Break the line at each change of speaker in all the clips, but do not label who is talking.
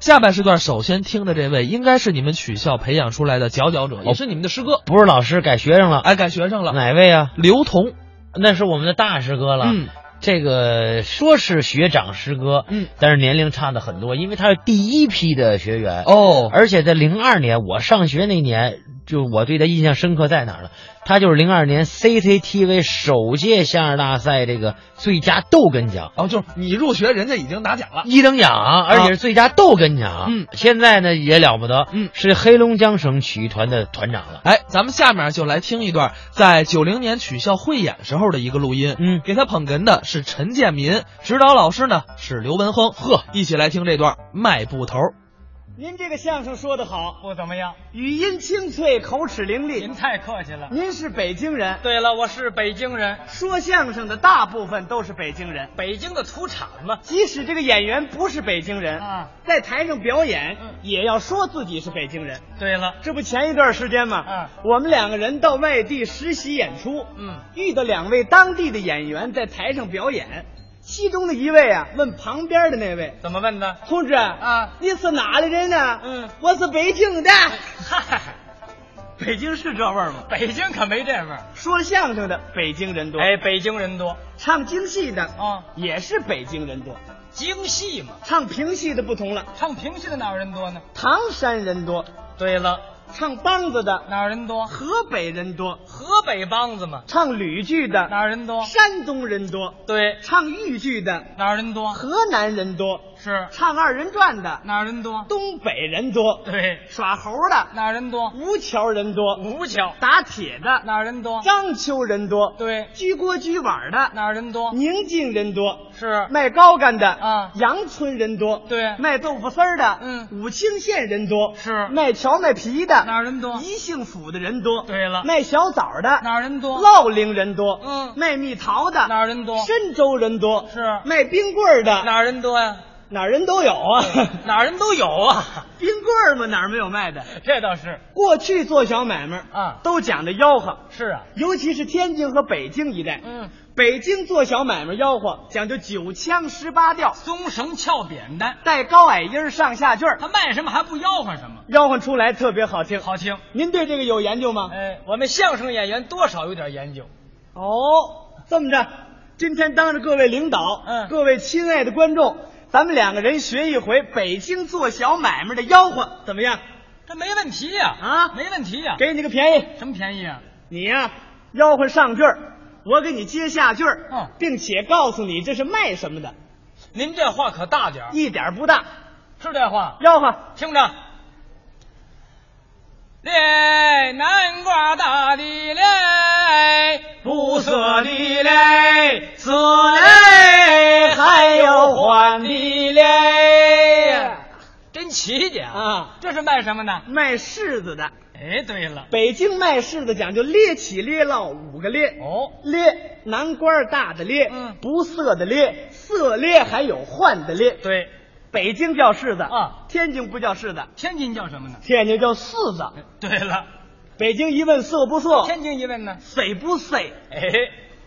下半时段首先听的这位，应该是你们曲校培养出来的佼佼者，也是你们的师哥，
不是老师改学生了，
哦哎，改学生了，
哪位啊？
刘同，
那是我们的大师哥了。
嗯，
这个说是学长师哥，
嗯，
但是年龄差的很多，因为他是第一批的学员。
哦，
而且在零二年我上学那年，就我对他印象深刻在哪儿呢？他就是零二年 CCTV 首届相声大赛这个最佳逗哏奖。
哦，就是你入学，人家已经拿奖了，
一等奖，而且是最佳逗哏奖。
啊嗯
现在呢也了不得，
嗯
是黑龙江省曲艺团的团长了。
哎，咱们下面就来听一段在九零年曲校汇演时候的一个录音，
嗯
给他捧哏的是陈建民，指导老师呢是刘文亨，呵，一起来听这段迈步头。
您这个相声说得好，
不怎么样，
语音清脆，口齿伶
您
俐。
太客气了。
您是北京人，
对了，我是北京人，
说相声的大部分都是北京人。
北京的土产嘛。
即使这个演员不是北京人
啊，
在台上表演、
嗯
也要说自己是北京人。
对了，
这不前一段时间吗？
嗯
我们两个人到外地实习演出，
嗯，
遇到两位当地的演员在台上表演，其中的一位啊问旁边的那位
怎么问呢？
同志
啊
你是哪里人呢？
嗯，
我是北京 的。
嗨，
北京是这味儿吗？
北京可没这味儿。
说相声的北京人多，
哎，北京人多
唱京戏的
啊，
也是北京人多，
京戏嘛。
唱评戏的不同了，
唱评戏的哪有人多呢？
唐山人多，
对了，
唱梆子的
哪有人多？
河北人多，
河北梆子嘛。
唱吕剧的
哪有人多？
山东人多，
对，
唱豫剧的
哪有人多？
河南人多，
是
唱二人转的
哪有人多？
东北人多，
对，
耍猴的
哪有人多？
吴桥人多，
吴桥
打铁的
哪有人多？
章丘人多，
对，
居锅居碗的
哪有人多？
宁静人多，
是
卖高干的
啊
阳春人多，
对
卖豆腐丝儿的，
嗯
武清县人多，
是
卖荞麦皮的，
哪儿人多
宜兴府的人多，
对了
卖小枣的，
哪有人多？
乐陵人多，
嗯
卖蜜桃的，
哪有人多？
深州人多，
是
卖冰棍儿的，
哪有人多呀、
哪儿人都有啊，
哪儿人都有啊，
冰棍儿嘛哪儿没有卖的？
这倒是
过去做小买卖
啊
都讲的吆喝，
是啊，
尤其是天津和北京一带，
嗯，
北京做小买卖吆喝讲究九腔十八调，
松绳翘扁担，
带高矮音儿上下句儿，
他卖什么还不吆喝什么，
吆喝出来特别好听。
好听。
您对这个有研究吗？
哎，我们相声演员多少有点研究，
哦，这么着，今天当着各位领导，
嗯
各位亲爱的观众，咱们两个人学一回北京做小买卖的吆喝，怎么样？
这没问题呀、
啊
没问题呀、
给你个便宜，
什么便宜啊？
你呀、吆喝上句儿，我给你接下句儿，
嗯
并且告诉你这是卖什么的，
您这话可大点儿，
一点儿不大。
是这话，
吆喝，
听着。嘞，南瓜大的嘞，
不
色
色
的
的
嘞，
此嘞还有还的
的嘞
嘞，
真奇姐
啊
这是卖什么呢？
卖柿子的，
哎，对了，
北京卖柿子讲究咧起咧落五个咧，
哦，
咧南瓜大的咧，
嗯
不色的咧，色咧还有换的咧。
对，
北京叫柿子
啊，
天津不叫柿子，
天津叫什么呢？
天津叫柿子。
哎对了，
北京一问色不色，
天津一问呢？
水不水。
哎，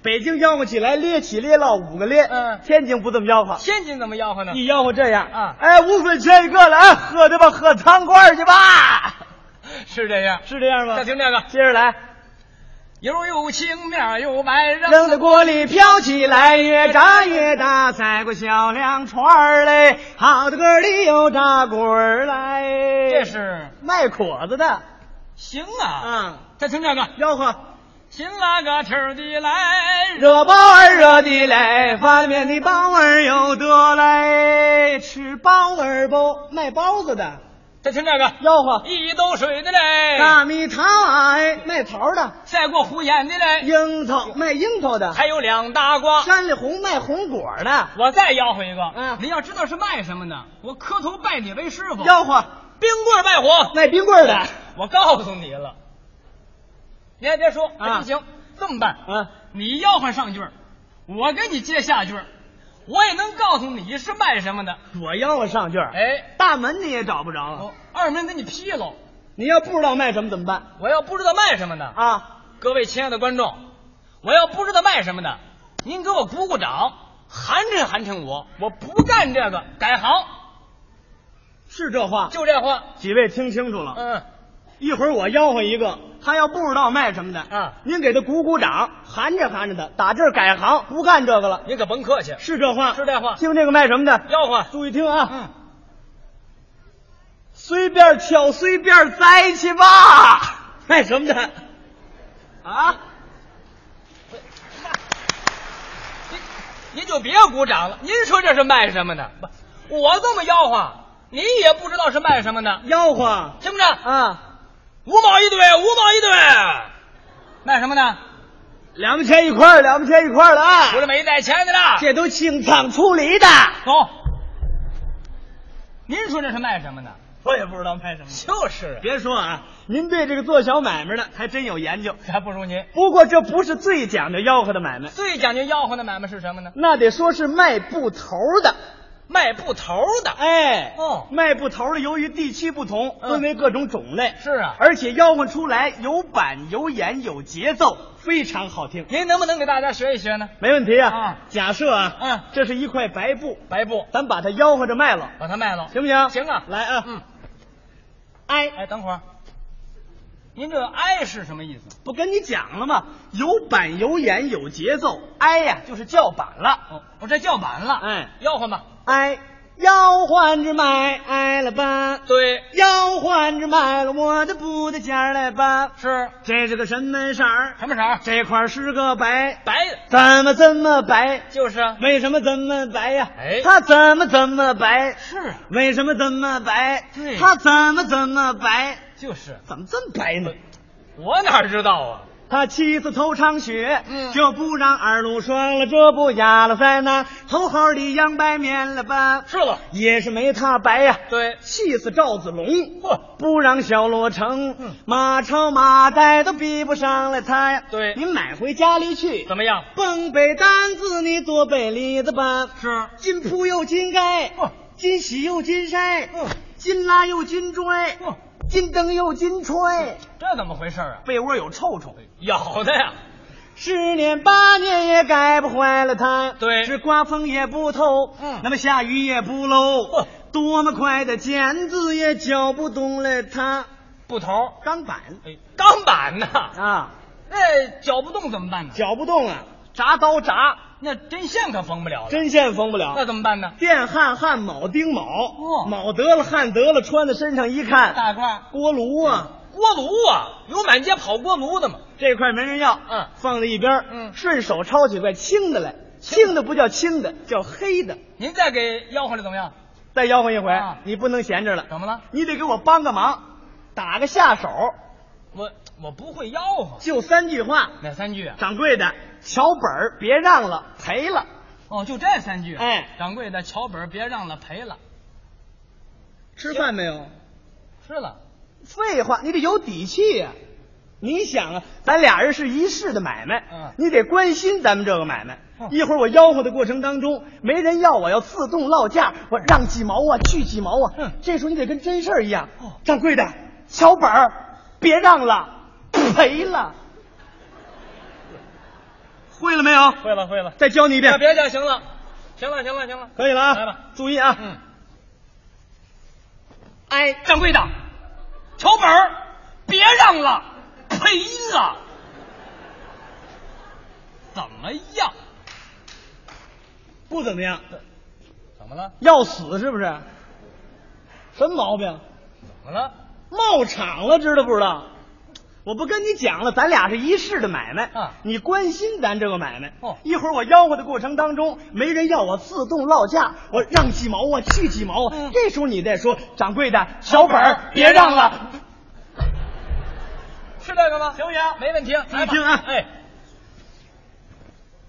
北京吆喝起来咧起咧落五个咧，
嗯
天津不这么吆喝，
天津怎么吆喝呢？
一吆喝这样
啊
哎，五分钱一个了，哎，喝的吧，喝汤罐儿去吧，
是这样。
是这样吗？
再听这个，
接着来，
油又青面儿又白，扔
扔在锅里飘起来，越炸越大，踩过小凉船儿嘞，好大个儿的有大滚儿来，
这是
卖果子的，
行啊。
嗯，
再听这个，
吆喝，
新拉个蹄儿的来，
热包儿热的来，发了面的包儿有得来，吃包儿包，卖包子的，
再听这个，
吆喝。
一兜水的嘞，
大蜜桃哎，卖桃的；
赛过胡眼的嘞，
樱桃卖樱桃的；
还有两大瓜。
山里红卖红果的。
我再吆喝一个，
嗯
您要知道是卖什么呢？我磕头拜你为师傅。
吆喝啊
冰棍儿卖火，
卖冰棍的。
我告诉你了，你还别说，还
啊
真行。这么办，
啊，
你吆喝上句儿，我给你接下句儿，我也能告诉你是卖什么的。
我吆喝上句儿，
哎，
大门你也找不着了。
我二门给你劈喽！
哦你要不知道卖什么怎么办
我要不知道卖什么呢？
啊？
各位亲爱的观众，我要不知道卖什么呢，您给我鼓鼓掌，寒碜寒碜我，我不干这个，改行。
是这话。
就这话。
几位听清楚了，
嗯，
一会儿我吆喝一个，他要不知道卖什么的
啊
您给他鼓鼓掌，含着含着他，打这儿改行不干这个了，
您可甭客气，
是这话，
是这话
听这个卖什么的，
吆喝。
注意听啊，
嗯，
随便挑，随便摘去吧，
卖什么的？
啊，
您就别鼓掌了。您说这是卖什么的？不，我这么吆喝，您也不知道是卖什么的，
吆喝
听着，
啊，
五毛一对，五毛一对，卖什么的？
两毛钱一块儿，两毛钱一块儿的啊
我，这没带钱的了。
这都清仓处理的，
走。您说这是卖什么的？
我也不知道卖什么。
就是，
别说啊，您对这个做小买卖的还真有研究。
还不如您。
不过这不是最讲究吆喝的买卖，
最讲究吆喝的买卖是什么呢？
那得说是卖布头的。
卖布头的。
哎，
哦
卖布头的由于地区不同，
嗯
分为各种种类。
是啊
而且吆喝出来有板有眼有节奏，非常好听。
您能不能给大家学一学呢？
没问题啊。
啊
假设啊，
嗯
这是一块白布，
白布，
咱把它吆喝着卖了，
把它卖了。
行不行？
行啊
来啊，
嗯，
哎、
哎，等会儿，您这个哀是什么意思？
不跟你讲了吗？有板有眼有节奏，哎呀，就是叫板了。
哦，我这叫板了。
哎，
吆喝吧。
哎，吆唤着卖哎了吧，
对，
吆唤着卖了我的布的钱来吧。
是
这是个什么色儿？
什么色儿？
这块儿是个白，
白的，
怎么这么白？
就是啊。
为什么这么白呀、
哎
它怎么这么白？
是啊，
为什么这么白？
对
它怎么这么白？
就是。
怎么这么白呢？
我哪知道啊？
他妻子头场雪，
嗯
这不让二路霜了，这不压了在那头号里养白面了吧？
是了。
也是没他白呀、
对，
气死赵子龙，
嚯，
不让小罗成，
嗯
马超马岱都比不上了他呀。
对
您买回家里去，
怎么样？
蹦北单子你多北里子吧，
是。
金铺又金盖，
嚯，
金喜又金筛，
嗯
金拉又金锥，
嚯，
金灯又金吹，
这怎么回事啊？
被窝有臭虫。
咬的呀。
十年八年也改不坏了它。
对
是刮风也不透，
嗯
那么下雨也不漏
呵，
多么快的剪子也搅不动了它。
布头，
钢板
哎，钢板呐，
啊，
那搅不动怎么办呢？
搅不动啊，铡刀铡，
那针线可缝不了了，
针线缝不
那
了。
怎么办呢？
电焊焊铆钉铆，
哦
铆得了焊得了，穿在身上一看，
大嗯褂、
锅炉啊，
锅炉啊，有满街跑锅炉的嘛？
这块没人要，
嗯
放在一边儿，
嗯
顺手抄起块青的来，青的不叫青的，叫黑的。
您再给吆喝来怎么样？
再吆喝一回，
啊
你不能闲着了。
怎么了？
你得给我帮个忙，打个下手，
我我不会吆喝，
就三句话。
哪三句啊？
掌柜的，小本儿别让了，赔了。
哦，就这三句。
哎，
掌柜的，桥本儿别让了，赔了，
吃饭没有？
是了。
废话，你得有底气呀、你想啊，咱俩人是一世的买卖，
嗯
你得关心咱们这个买卖。
嗯
一会儿我吆喝的过程当中，没人要，我要自动落价，我让几毛啊，去几毛啊。
嗯
这时候你得跟真事儿一样。
哦
掌柜的，小本儿别让了，赔了。会了没有？
会了，会了。
再教你一遍
啊，别介，行了，行了，行了，行了。
可以了啊！
来吧，
注意啊！
嗯，
哎，
掌柜的，桥本儿别让了，赔了。怎么样？
不怎么样，
怎么了？
要死是不是？什么毛病？
怎么了？
冒场了，知道不知道？我不跟你讲了，咱俩是一世的买卖
啊
你关心咱这个买卖
哦
一会儿我吆喝的过程当中，没人要我自动落价，我让几毛啊，去几毛啊。
嗯
这时候你再说，掌柜的，小本儿别让了。
是这个吗？行不行？没问题。来吧
听啊
哎，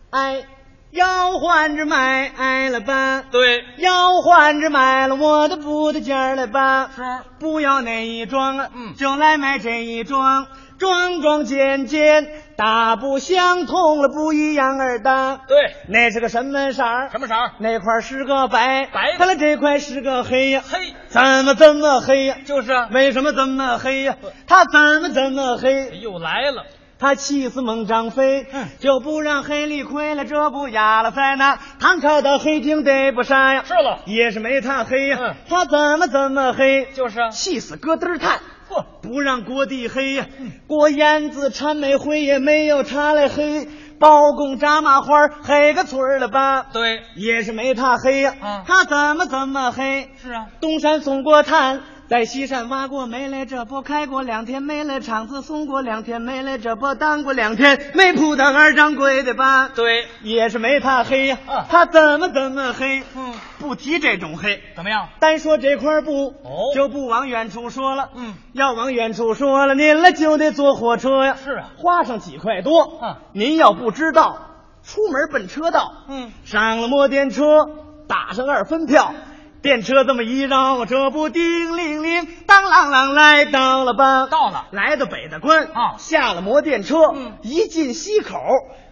哎，吆唤着卖哎了吧，
对，
吆唤着卖了我的布的件儿来吧。
是
不要那一桩啊，
嗯
就来买这一桩，桩桩件件大不相同了，不一样儿的。
对，
那是个什么色儿？
什么色儿？
那块儿是个白，
白的
看来这块是个黑呀，
嘿，
怎么这么黑呀？
就是啊，
为什么这么黑呀？它怎么这么黑？
哎又来了。
他气死孟张飞，
嗯
就不让黑利亏了，这不哑了在那唐朝的黑警逮不杀呀，
是了，
也是没他黑呀，
嗯
他怎么怎么黑，
就是啊，
气死咯噔儿炭。
嚯，
不让锅地黑呀，锅烟子掺煤灰也没有他来黑，包公扎麻花儿黑个村儿了吧，
对，
也是没他黑呀、
啊
他怎么怎么黑，
是啊，
东山送过炭。在西山挖过煤来，这不开过两天煤来；厂子送过两天煤来，这不当过两天煤铺的二掌柜的吧？
对，
也是没他黑呀、
啊
他怎么怎么黑？
嗯，
不提这种黑，
怎么样？
单说这块布，
哦
就不往远处说了。
嗯，
要往远处说了，您了就得坐火车呀。
是啊
花上几块多。
啊
您要不知道，出门奔车道。
嗯，
上了摩电车，打上二分票，电车这么一绕，这不叮铃铃，当啷啷来到了吧？
到了
来到北大关
啊
下了摩电车，
嗯
一进西口，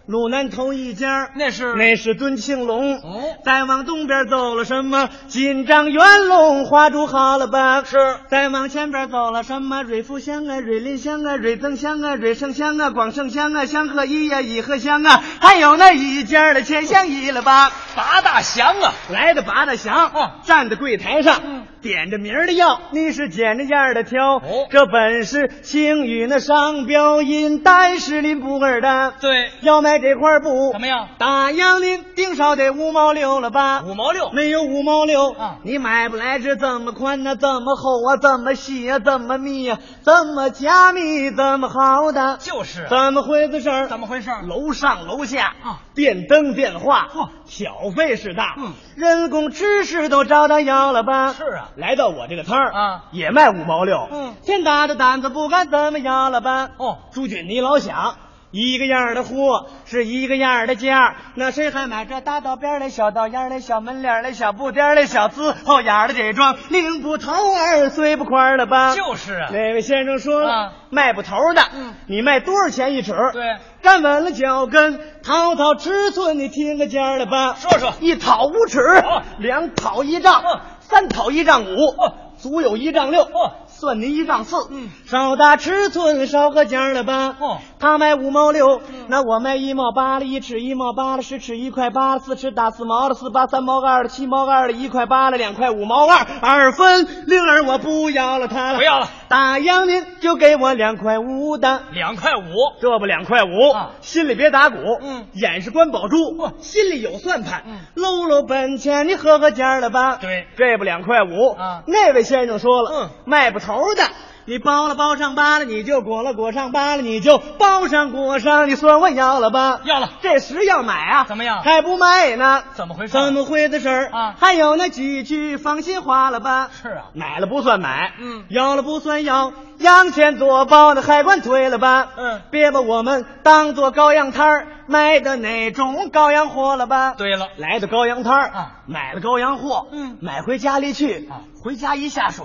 鲁南头一家，
那是
那是敦庆龙，
嗯哦
再往东边走了什么？锦张元龙花烛好了吧？
是
再往前边走了什么？蕊福香啊，蕊林香啊，蕊增香啊，蕊盛香啊，广盛香啊，香和一呀、乙和香啊，还有那一家的钱香一了吧？
八大祥啊，
来的拔的祥，
啊
站在柜台上，
嗯
点着名儿的要，你是捡着样儿的挑，
哦
这本是清与那商标因，单是您不二单。
对，
要买这块布，
怎么样？
大洋林顶少得五毛六了吧？
五毛六，
没有五毛六，
啊
你买不来这这么宽呐、这么厚啊，这么细啊，这么密呀、这么加密，这么好的，
就是啊，
怎么回子事儿？
怎么回事？
楼上楼下
啊
电灯电话
嚯，
挑费是大，
嗯
人工知识都找到要了吧？
是啊
来到我这个摊儿
啊
也卖五毛六，
嗯
天大的胆子不敢怎么要了吧？
哦
朱军你老想。一个样儿的货是一个样儿的价，那谁还买这大道边儿的、小道沿儿的、小门脸儿的、小布店的、小字后眼儿的这桩拧不头儿、碎不块儿了吧？
就是啊，
那位先生说了，
啊
卖不头的，
嗯
你卖多少钱一尺？
对，
站稳了脚跟，讨讨尺寸，你听个价儿了吧？
说说
一讨五尺，
哦
两讨一丈，
嗯
三讨一丈五，
哦
足有一丈六，
哦
算您一丈四，
嗯
少打尺寸，少个价儿了吧？
哦嗯
他卖五毛六，那我卖一毛八了，一尺一毛八了，十尺一块八了，四尺打四毛了，四八三毛二了，七毛二了，一块八了，两块五毛二，二分零儿我不要了他了，
不要了，
大洋您就给我两块五的。
两块五，
这不两块五，
啊
心里别打鼓，
嗯
眼是关宝珠，
嚯
心里有算盘
嗯，
搂搂本钱，你合合价了吧？
对
这不两块五，
啊
那位先生说了，
嗯，
卖不头的。你包了包上扒了，你就裹了裹上扒了，你就包上裹上，你算我要了吧？
要了
这时要买啊？
怎么样
还不卖呢？
怎么回事？
怎么回的事儿
啊
还有那几句放心话了吧？
是啊，
买了不算买，
嗯
要了不算要，洋钱左包那海关推了吧，
嗯
别把我们当做羔羊摊儿，卖的哪种羔羊货了吧？，
对了，
来到羔羊摊儿
啊
买了羔羊货，
嗯
买回家里去，
啊
回家一下水，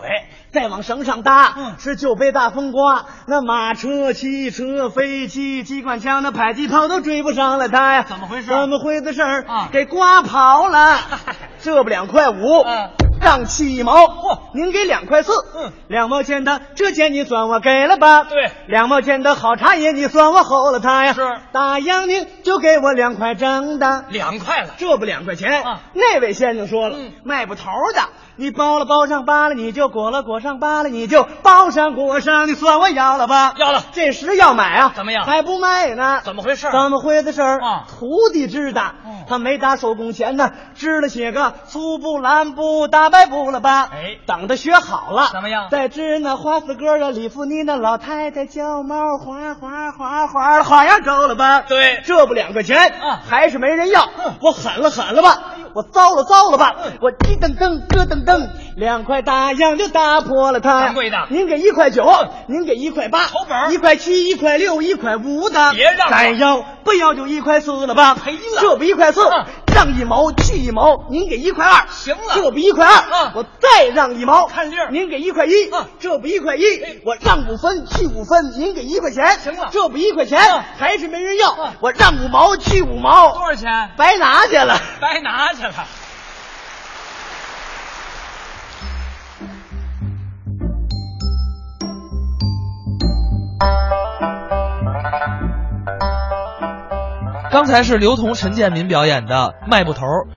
再往绳上搭，
嗯
是就被大风刮，那马车、汽车、飞机、机关枪、那迫击炮都追不上了他呀，
怎么回事
怎么回的事儿
啊
给刮跑 了，这不两块五，
嗯
让七毛，
嚯
您给两块四，
嗯，
两毛钱的这钱你算我给了吧？
对
两毛钱的好茶叶你算我齁了他呀，
是
大洋您就给我两块整的，
两块了，
这不两块钱。
啊
那位先生说了，
嗯
卖不头的，你包了包上扒了，你就裹了裹上扒了，你就包上裹上，你算我要了吧？
要了
这时要买啊，
怎么样
还不卖呢？
怎么回事？
怎么回的事儿
啊
徒弟知道
嗯，
他没打手工钱呢，知了些个粗布、蓝布、大白布了吧？
哎
等他学好了，
怎么样
再织那花丝哥的礼服，你那老太太叫猫花花花花花样够了吧？
对
这不两块钱
啊嗯
还是没人要。我喊了喊了吧，我糟了糟了
哎
吧，我一噔噔咯噔噔，两块大洋就打破了它。
掌柜的
您给一块九，您给一块八，
头本儿
一块七，一块六，一块五的，
别让我
再要不要就一块四了吧？
赔了
这不一块四
嗯，
让一毛去一毛，您给一块二，
行了
这不一块二
嗯，
我再让一毛，
看粒儿
您给一块一
嗯，哎
这不一块一，我让五分去五分，您给一块钱，
行了
这不一块钱
嗯
还是没人要
嗯，
我让五毛去五毛
多，少钱？
白拿去了。
白拿去了。
刚才是刘同、陈建民表演的《卖布头》，